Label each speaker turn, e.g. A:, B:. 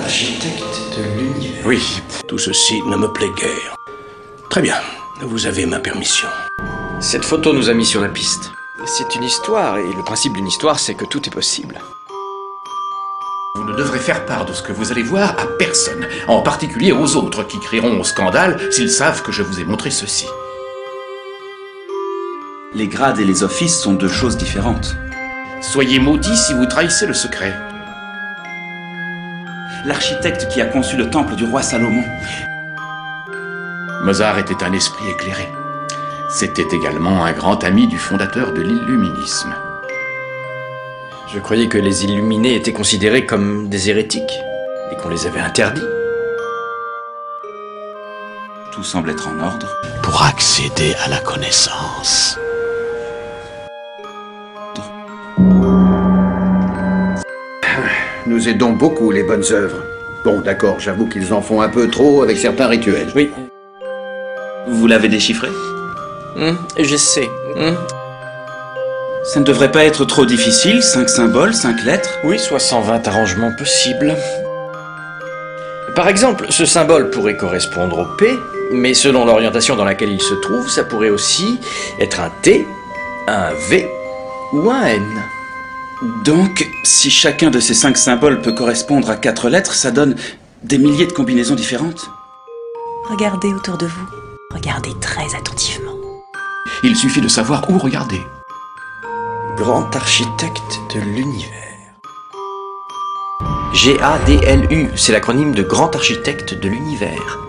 A: architecte de l'univers.
B: Oui, tout ceci ne me plaît guère. Très bien, vous avez ma permission.
C: Cette photo nous a mis sur la piste.
D: C'est une histoire, et le principe d'une histoire, c'est que tout est possible.
E: Vous ne devrez faire part de ce que vous allez voir à personne, en particulier aux autres qui crieront au scandale s'ils savent que je vous ai montré ceci.
F: Les grades et les offices sont deux choses différentes.
E: Soyez maudits si vous trahissez le secret.
F: L'architecte qui a conçu le temple du roi Salomon.
E: Mozart était un esprit éclairé. C'était également un grand ami du fondateur de l'illuminisme.
C: Je croyais que les illuminés étaient considérés comme des hérétiques et qu'on les avait interdits.
F: Tout semble être en ordre.
G: Pour accéder à la connaissance.
H: Nous aidons beaucoup les bonnes œuvres. Bon, d'accord, j'avoue qu'ils en font un peu trop avec certains rituels.
C: Oui,
F: Vous l'avez déchiffré
I: Hum, je sais. Hum.
F: Ça ne devrait pas être trop difficile, cinq symboles, cinq lettres.
C: Oui, soit 120 arrangements possibles. Par exemple, ce symbole pourrait correspondre au P, mais selon l'orientation dans laquelle il se trouve, ça pourrait aussi être un T, un V ou un N.
F: Donc, si chacun de ces cinq symboles peut correspondre à quatre lettres, ça donne des milliers de combinaisons différentes.
J: Regardez autour de vous. Regardez très attentivement.
E: Il suffit de savoir où regarder.
A: Grand architecte de l'univers.
C: GADLU, c'est l'acronyme de Grand Architecte de l'Univers.